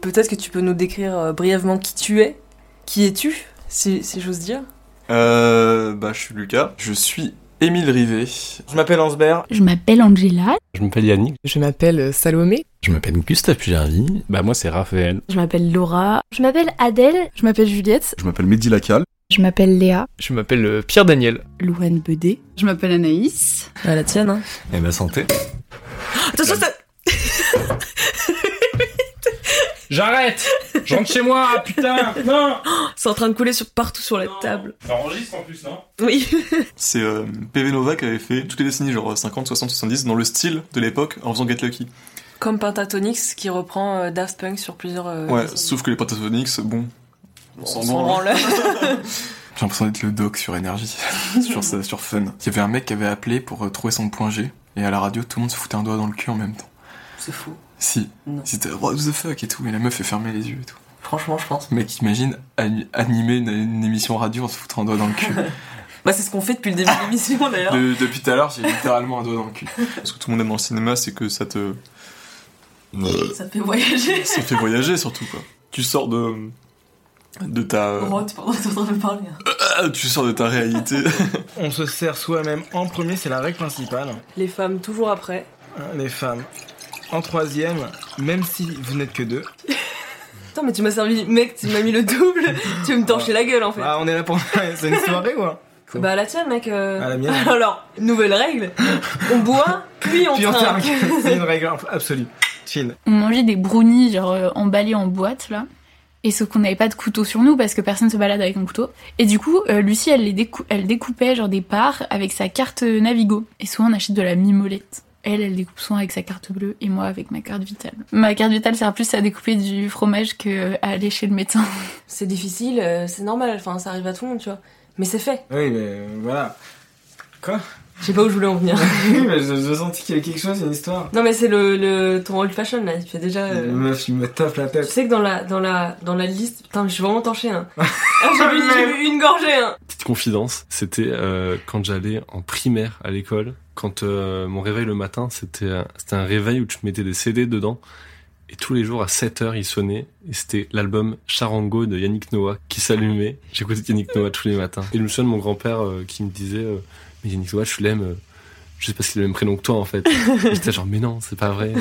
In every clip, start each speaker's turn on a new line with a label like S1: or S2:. S1: peut-être que tu peux nous décrire euh, brièvement qui tu es. Qui es-tu, si, si j'ose dire
S2: Euh, bah, je suis Lucas. Je suis Émile Rivet.
S3: Je m'appelle Ansbert.
S4: Je m'appelle Angela.
S5: Je m'appelle Yannick.
S6: Je m'appelle euh, Salomé.
S7: Je m'appelle Gustave Pujarvi.
S5: Bah moi c'est Raphaël.
S8: Je m'appelle Laura.
S9: Je m'appelle Adèle.
S10: Je m'appelle Juliette.
S11: Je m'appelle Mehdi Lacal.
S12: Je m'appelle Léa.
S13: Je m'appelle euh, Pierre Daniel.
S14: Louane Bedé.
S15: Je m'appelle Anaïs.
S1: À la tienne, hein.
S7: Eh ben santé.
S1: Ah, Attention, ça...
S3: J'arrête Je rentre chez moi, ah, putain Non
S1: Oh, C'est en train de couler sur, partout sur la table.
S3: T'enregistres en plus, non
S1: Oui.
S2: C'est euh, PV Nova qui avait fait toutes les décennies, genre 50, 60, 70, dans le style de l'époque, en faisant Get Lucky.
S1: Comme Pentatonix qui reprend euh, Daft Punk sur plusieurs. euh,
S2: Ouais,
S1: raisons.
S2: sauf que les Pentatonix, bon. On
S1: On
S2: s'en
S1: s'en
S2: branle.
S1: branle.
S11: J'ai l'impression d'être le doc sur énergie, sur, ça- sur fun. Il y avait un mec qui avait appelé pour euh, trouver son point G, et à la radio, tout le monde se foutait un doigt dans le cul en même temps.
S1: C'est fou.
S11: Si.
S1: Non.
S11: C'était what the fuck et tout, et la meuf fait fermer les yeux et tout.
S1: Franchement, je pense.
S11: Mec, imagine ani- animer une, une émission radio en se foutant un doigt dans le cul.
S1: Bah, c'est ce qu'on fait depuis le début de l'émission d'ailleurs.
S11: De- depuis tout à l'heure, j'ai littéralement un doigt dans le cul.
S2: Ce que tout le monde aime dans le cinéma, c'est que ça te.
S15: Ça te fait voyager.
S2: ça te fait voyager surtout, quoi. Tu sors de. de ta.
S1: Euh.
S15: Rote pendant que t'es en train de parler.
S1: hein.
S2: Ah, tu sors de ta réalité.
S3: On se sert soi-même en premier, c'est la règle principale.
S1: Les femmes, toujours après.
S3: Hein, Les femmes. En troisième, même si vous n'êtes que deux.
S1: Putain, mais tu m'as servi, mec, tu m'as mis le double. tu veux me torcher la gueule en fait.
S3: Ah, on est là pour. c'est une soirée, quoi. cool.
S1: Bah, à la tienne, mec. euh.
S3: À la mienne.
S1: Alors, nouvelle règle. On boit, puis on
S3: Puis on
S1: trinque.
S3: trinque. C'est une règle absolue. Chill.
S4: On mangeait des brownies, genre euh, emballés en boîte, là. Et sauf qu'on n'avait pas de couteau sur nous parce que personne se balade avec un couteau. Et du coup, euh, Lucie, elle, les décou- elle découpait genre des parts avec sa carte euh, Navigo. Et souvent, on achète de la mimolette. Elle, elle découpe souvent avec sa carte bleue et moi avec ma carte vitale. Ma carte vitale sert plus à découper du fromage que euh, à aller chez le médecin.
S1: C'est difficile, euh, c'est normal, enfin, ça arrive à tout le monde, tu vois. Mais c'est fait.
S3: Oui, mais euh, voilà.
S1: Je sais pas où je voulais en venir.
S3: Oui, mais je, je sentis qu'il y avait quelque chose, une histoire.
S1: Non, mais c'est le, le- ton old fashion là, il fait déjà.
S3: Le
S1: euh,
S3: Meuf, il me tape la
S1: Tu
S3: tête.
S1: sais que dans la, dans la, dans la liste. Putain, mais je suis vraiment torchée, hein. Ah, j'ai bu, j'ai bu une gorgée, hein.
S5: Petite confidence, c'était euh, quand j'allais en primaire à l'école, quand euh, mon réveil le matin, c'était euh, c'était un réveil où tu mettais des CD dedans et tous les jours à 7h il sonnait et c'était l'album Charango de Yannick Noah qui s'allumait. J'écoutais Yannick Noah tous les matins. Et je me souviens de mon grand-père euh, qui me disait euh, mais Yannick Noah, je l'aime euh, je sais pas s'il a le même prénom que toi en fait. Et J'étais genre mais non, c'est pas vrai.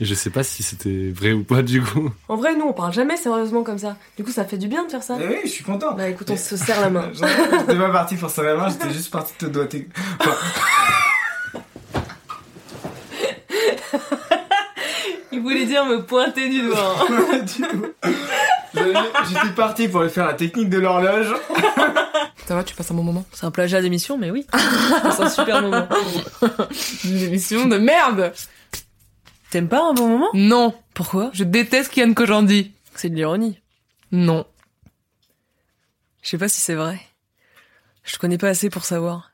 S5: Et je sais pas si c'était vrai ou pas du coup.
S1: En vrai, nous, on parle jamais sérieusement comme ça. Du coup, ça fait du bien de faire ça.
S3: Eh oui, je suis content.
S1: Bah écoute, on se serre la main.
S3: Je- J'étais pas parti pour serrer la main, j'étais juste parti te doigter.
S1: Il voulait dire me pointer du doigt. hein.
S3: Du coup, je- J'étais parti pour lui faire la technique de l'horloge.
S6: Ça va, tu passes un bon moment
S14: C'est un plagiat d'émission, mais oui.
S1: C'est un super moment.
S6: Une émission de merde
S14: T'aimes pas un bon moment
S6: Non
S14: Pourquoi
S6: Je déteste Kian Kojandi
S14: C'est de l'ironie.
S6: Non.
S14: Je sais pas si c'est vrai. Je te connais pas assez pour savoir.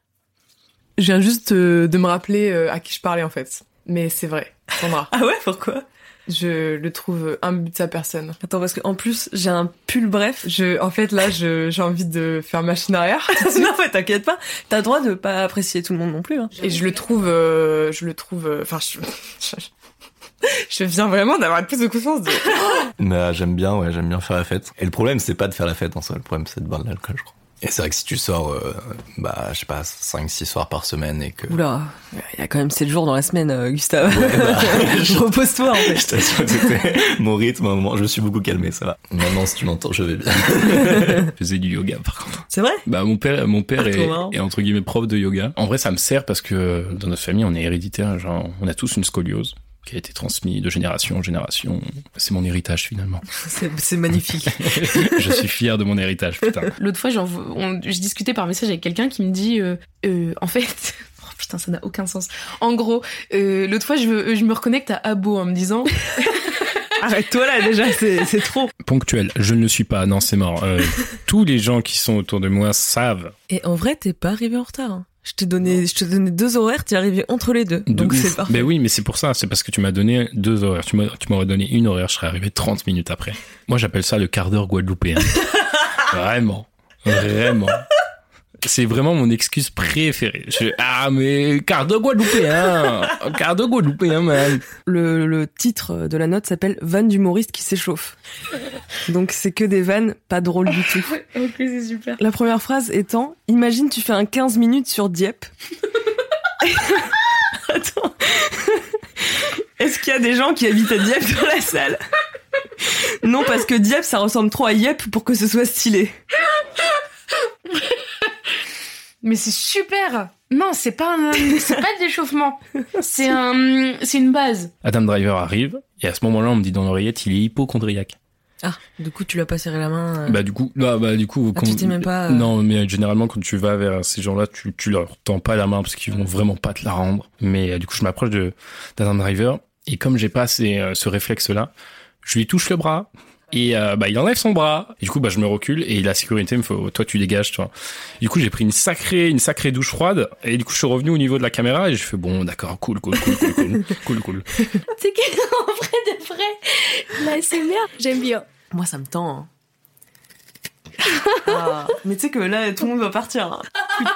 S6: Je viens juste euh, de me rappeler euh, à qui je parlais en fait. Mais c'est vrai, Sandra.
S14: Ah ouais, pourquoi
S6: je le trouve but de sa personne.
S14: Attends, parce que en plus, j'ai un pull bref.
S6: Je, en fait, là, je- j'ai envie de faire machine arrière.
S14: non, mais t'inquiète pas. T'as le droit de pas apprécier tout le monde non plus. Hein.
S6: Et je le trouve, euh, je le trouve, euh, enfin, je, je, je viens vraiment d'avoir une prise de conscience de,
S7: Bah, j'aime bien, ouais, j'aime bien faire la fête. Et le problème, c'est pas de faire la fête en soi, le problème, c'est de boire de l'alcool, je crois. Et c'est vrai que si tu sors, euh, bah, je sais pas, 5-6 soirs par semaine et que.
S14: Oula, il y a quand même 7 jours dans la semaine, euh, Gustave.
S7: Ouais, bah, je-
S14: Repose-toi, en fait.
S7: je t'assure que c'était mon rythme à un moment. Je me suis beaucoup calmé, ça va. Maintenant, si tu m'entends, je vais bien.
S16: Je faisais du yoga par contre.
S14: C'est vrai
S16: Bah mon père, mon père
S14: Ah, trop
S16: est,
S14: marrant.
S16: est, entre guillemets prof de yoga. En vrai, ça me sert parce que euh, dans notre famille, on est héréditaire. Genre, on a tous une scoliose qui a été transmise de génération en génération. C'est mon héritage finalement.
S14: C'est c'est magnifique.
S16: je suis fier de mon héritage, putain.
S17: L'autre fois, j'en- on- je discutais par message avec quelqu'un qui me dit, euh, euh, en fait, oh putain, ça n'a aucun sens. En gros, euh, l'autre fois, je, je me reconnecte à Abo en me disant,
S14: Arrête-toi là, déjà, c'est c'est trop.
S16: Ponctuel, je ne le suis pas. Non, c'est mort. Euh, tous les gens qui sont autour de moi savent.
S14: Et en vrai, t'es pas arrivé en retard. hein. Je t'ai donné, je te donnais deux horaires, t'es arrivé entre les deux.
S16: de
S14: donc
S16: ouf.
S14: c'est parfait.
S16: Ben oui, mais c'est pour ça. C'est parce que tu m'as donné deux horaires. Tu m'aurais tu m'aurais donné une horaire, je serais arrivé 30 minutes après. Moi, j'appelle ça le quart d'heure guadeloupéen. vraiment, vraiment.
S5: C'est vraiment mon excuse préférée. Je- ah, mais Cardo Guadeloupéen Cardo Guadeloupéen, man
S1: Le, le titre de la note s'appelle Vanne d'humoriste qui s'échauffe. Donc c'est que des vannes pas drôles du tout.
S4: Ok, c'est super.
S1: La première phrase étant Imagine tu fais un 15 minutes sur Dieppe. Attends. Est-ce qu'il y a des gens qui habitent à Dieppe dans la salle Non, parce que Dieppe, ça ressemble trop à Yep pour que ce soit stylé.
S4: Mais c'est super Non, c'est pas un, c'est pas de l'échauffement. C'est un, c'est une base.
S5: Adam Driver arrive, et à ce moment-là, on me dit dans l'oreillette, il est hypochondriaque.
S1: Ah, du coup, tu l'as pas serré la main. euh.
S5: Bah du coup, là, bah du coup,
S1: Ah, tu t'es même pas, euh,
S5: non, mais généralement quand tu vas vers ces gens-là, tu, tu leur tends pas la main parce qu'ils vont vraiment pas te la rendre. Mais euh, du coup, je m'approche de d'un driver et comme j'ai pas ces, euh, ce réflexe-là, je lui touche le bras et euh, bah il enlève son bras. Et du coup, bah je me recule et la sécurité me fait oh, toi tu dégages toi. Du coup, j'ai pris une sacrée une sacrée douche froide et du coup, je suis revenu au niveau de la caméra et je fais bon, d'accord, cool, cool, cool, cool, cool, cool, cool.
S15: C'est que, en vrai, de vrai, la SMR, j'aime bien.
S1: Moi, ça me tend. hein. Ah, mais tu sais que là, tout le monde doit partir. hein.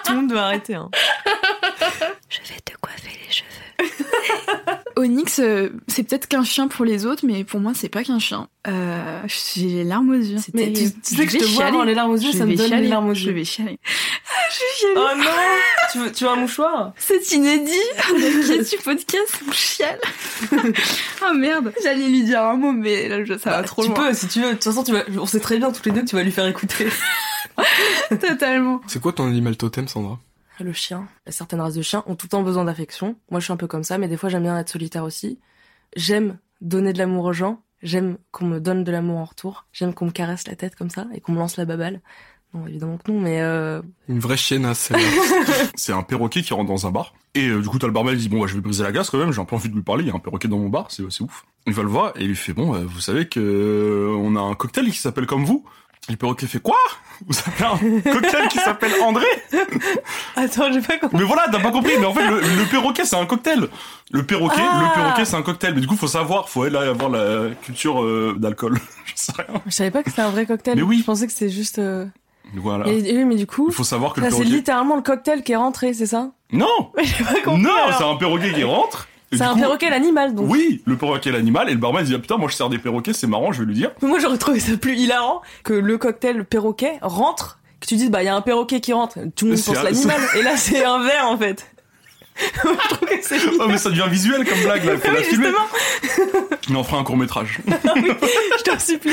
S1: Tout le monde doit arrêter. hein.
S15: Onyx, euh, c'est peut-être qu'un chien pour les autres, mais pour moi, c'est pas qu'un chien. Euh, j'ai les larmes aux yeux. C'est
S18: Mais
S15: terrible.
S18: tu- tu sais que je
S15: vais
S18: te vois
S15: chialer. Ah,
S18: avoir les larmes aux yeux,
S15: Je
S18: ça me
S15: vais
S18: donne les
S15: chialer.
S18: larmes aux
S15: Je
S18: yeux.
S15: vais chialer.
S1: Oh non tu veux, tu veux un mouchoir
S15: C'est inédit. Qui du podcast, mon chial. Ah merde, Bah, j'allais lui dire un mot, mais là, je- ça va trop
S1: tu
S15: loin.
S1: peux, si tu veux. De toute façon, tu vas- on sait très bien toutes les deux que tu vas lui faire écouter.
S15: Totalement.
S19: C'est quoi ton animal totem, Sandra
S1: Ah, Le chien. Certaines races de chiens ont tout le temps besoin d'affection. Moi, je suis un peu comme ça, mais des fois, j'aime bien être solitaire aussi. J'aime donner de l'amour aux gens. J'aime qu'on me donne de l'amour en retour. J'aime qu'on me caresse la tête comme ça et qu'on me lance la baballe. Non, évidemment que non, mais euh,
S2: Une vraie chiennasse, celle-là. C'est un perroquet qui rentre dans un bar. Et euh, du coup, t'as le barman, il dit Bon, bah, je vais briser la glace quand même, j'ai un peu envie de lui parler, il y a un perroquet dans mon bar, c'est c'est ouf. Il va le voir et il lui fait Bon, euh, vous savez que euh, on a un cocktail qui s'appelle comme vous Et le perroquet fait Quoi Vous avez un cocktail qui s'appelle André
S1: Attends, j'ai pas compris.
S2: Mais voilà, t'as pas compris, mais en fait, le, le perroquet, c'est un cocktail. Le perroquet,
S1: Ah
S2: le perroquet, c'est un cocktail. Mais du coup, faut savoir, faut aller avoir la culture euh, d'alcool. je sais rien.
S1: je savais pas que c'était un vrai cocktail.
S2: Mais oui.
S1: Je pensais que c'était juste. euh,
S2: Voilà.
S1: Et, et oui, mais du coup.
S2: Il faut savoir que
S1: ça,
S2: le
S1: c'est
S2: perroquet.
S1: littéralement le cocktail qui est rentré, c'est ça
S2: Non Non,
S1: alors.
S2: c'est un perroquet qui rentre. et
S1: C'est
S2: du
S1: un
S2: coup-
S1: perroquet l'animal, donc.
S2: Oui, le perroquet l'animal et le barman il dit ah, putain moi je sers des perroquets c'est marrant je vais lui dire.
S1: Mais Moi, j'aurais trouvé ça plus hilarant que le cocktail le perroquet rentre, que tu dises, bah, il y a un perroquet qui rentre, tout le monde
S2: C'est
S1: pense
S2: un-
S1: l'animal, et là, c'est un verre, en fait.
S2: Oh mais ça devient visuel comme blague là, faut la
S1: Oui,
S2: filmer. Mais on fera un court métrage.
S1: Je t'en supplie.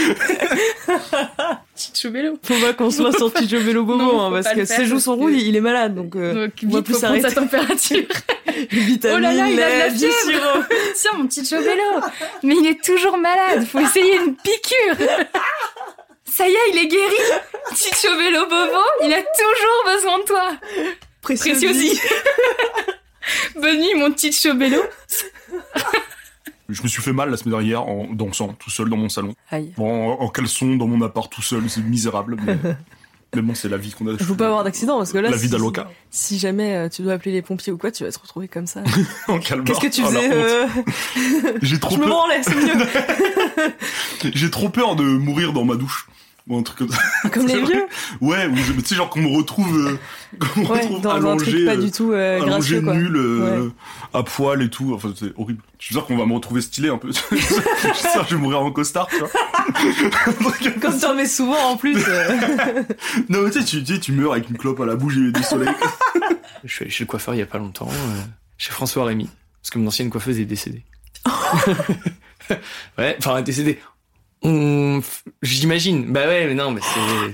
S4: Chicho Bello.
S1: Faut pas qu'on soit sur Chicho Bello Bobo,
S4: Non,
S1: hein,
S4: faut
S1: parce
S4: pas
S1: que
S4: le faire,
S1: ses joues
S4: parce
S1: sont
S4: que-
S1: rouges, il est malade, donc, euh,
S4: Donc,
S1: on va
S4: vite,
S1: plus
S4: faut prendre sa
S1: s'arrêter.
S4: température.
S1: Vitamine,
S15: Oh là là, il a de la
S1: lait, du sirop.
S15: fièvre. Tiens, mon petit Chobello. Mais il est toujours malade. Faut essayer une piqûre. Ça y est, il est guéri. Petit Chobello Bobo, il a toujours besoin de toi.
S1: Préciosi.
S15: Bonne nuit, mon petit Chobello.
S2: Je me suis fait mal la semaine dernière en dansant tout seul dans mon salon.
S1: Aïe.
S2: Bon, en, en caleçon dans mon appart tout seul c'est misérable mais, mais bon c'est la vie qu'on a.
S1: Je veux pas avoir d'accident, parce que là.
S2: La vie
S1: si-
S2: d'Aloca.
S1: Si jamais euh, tu dois appeler les pompiers ou quoi, tu vas te retrouver comme ça.
S2: en calme.
S1: Qu'est-ce que tu
S2: Oh, la
S1: faisais
S2: honte.
S1: euh,
S2: J'ai trop
S1: Je me
S2: peur.
S1: branlais, c'est mieux.
S2: J'ai trop peur de mourir dans ma douche. Ou un truc comme ça.
S1: Comme les vieux
S2: Ouais, ou je- tu sais, genre qu'on me retrouve, euh, qu'on me
S1: Ouais,
S2: retrouve
S1: dans un
S2: allongé,
S1: truc pas
S2: euh,
S1: du tout, euh,
S2: allongé
S1: gracieux, quoi.
S2: nul, euh,
S1: Ouais.
S2: à poil et tout. Enfin, c'est horrible. Je suis sûr qu'on va me retrouver stylé un peu. je suis sûr que je vais mourir en costard, tu vois.
S1: Comme t'en mets souvent en plus. euh.
S2: Non, mais tu sais, tu, tu sais, tu meurs avec une clope à la bouche et du soleil.
S11: Je suis allé chez le coiffeur il y a pas longtemps, euh, chez François Rémy, parce que mon ancienne coiffeuse est décédée. ouais, enfin elle est décédée. On- J'imagine. Bah ouais, mais non, mais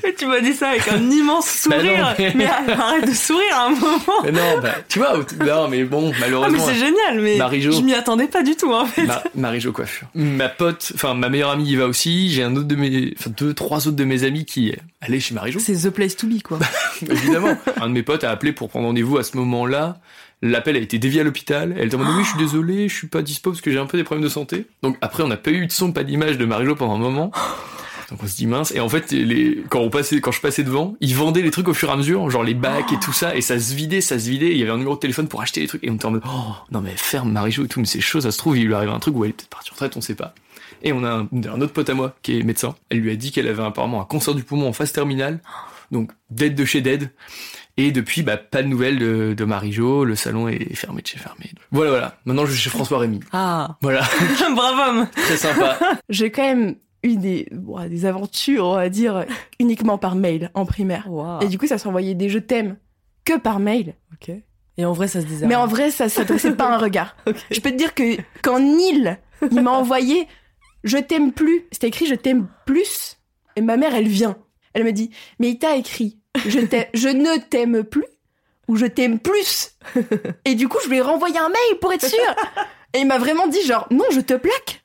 S11: c'est.
S1: tu m'as dit ça avec un immense
S11: Bah non,
S1: sourire.
S11: mais-
S1: mais arrête de sourire à un moment.
S11: Mais non, bah, tu vois, non, mais bon,
S1: Ah mais
S11: malheureusement. hein.
S1: c'est génial, mais
S11: Marie-Jo.
S1: je m'y attendais pas du tout en fait.
S11: Ma, Marie-Jo coiffure. Ma pote, enfin ma meilleure amie y va aussi. J'ai un autre de mes, enfin deux, trois autres de mes amis qui allaient chez Marie-Jo.
S1: C'est the place to be quoi.
S11: Évidemment. un de mes potes a appelé pour prendre rendez-vous à ce moment-là. L'appel a été dévié à l'hôpital. Elle demande oui, je suis désolé, je suis pas dispo parce que j'ai un peu des problèmes de santé. Donc après, on n'a pas eu de son, pas d'image de Marie-Jo pendant un moment. Donc on se dit mince. Et en fait, les... quand on passait, quand je passais devant, ils vendaient les trucs au fur et à mesure, genre les bacs et tout ça, et ça se vidait, ça se vidait. Il y avait un numéro de téléphone pour acheter les trucs. Et on était en mode oh, non mais ferme Marie-Jo et tout, mais ces choses, ça se trouve, il lui arrive un truc où elle est peut-être partie en retraite, on sait pas. Et on a un, un autre pote à moi qui est médecin. Elle lui a dit qu'elle avait apparemment un cancer du poumon en phase terminale, donc dead de chez dead. Et depuis, bah, pas de nouvelles de, de Marie-Jo, le salon est fermé de chez fermé. Voilà, voilà. Maintenant, je suis chez François Rémy.
S15: Ah.
S11: Voilà.
S15: Bravo homme.
S11: Très sympa.
S15: J'ai quand même eu des, bon, des aventures, on va dire, uniquement par mail en primaire. Et du coup, ça s'envoyait des je t'aime que par mail.
S1: Ok. Et en vrai, ça se disait.
S15: Mais en vrai, ça s'adressait pas à un regard. Je peux te dire que quand Neil, il m'a envoyé Je t'aime plus, c'était écrit Je t'aime plus, et ma mère, elle vient. Elle me dit Mais il t'a écrit Je, t'aime- je ne t'aime plus ou Je t'aime plus. Et du coup, je lui ai renvoyé un mail pour être sûre. Et il m'a vraiment dit genre Non, je te plaque.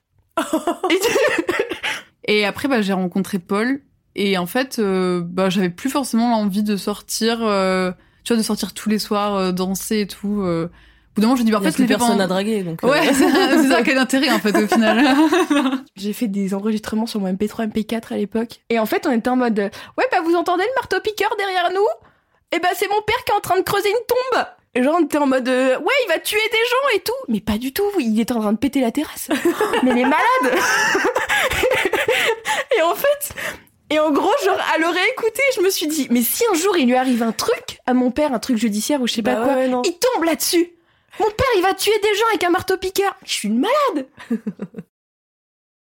S4: Et après, bah, j'ai rencontré Paul. Et en fait, euh, bah, j'avais plus forcément l'envie de sortir, euh, tu vois, de sortir tous les soirs, euh, danser et tout. euh. Au bout d'un moment, je me dis, bah, en
S1: Il y a
S4: fait,
S1: plus
S4: les
S1: personne
S4: gens-
S1: à draguer, donc, euh.
S4: Ouais, c'est ça, c'est ça, quel intérêt, en fait, au final.
S15: J'ai fait des enregistrements sur mon MP3, MP4 à l'époque. Et en fait, on était en mode euh, Ouais, bah vous entendez le marteau piqueur derrière nous Eh bah c'est mon père qui est en train de creuser une tombe Et genre, on était en mode euh, Ouais, il va tuer des gens et tout Mais pas du tout, il est en train de péter la terrasse Mais les malades Et en fait. Et en gros, genre, à le réécouter, je me suis dit, mais si un jour il lui arrive un truc à mon père, un truc judiciaire ou je sais pas quoi, il tombe là-dessus. Mon père, il va tuer des gens avec un marteau piqueur. Je suis une malade.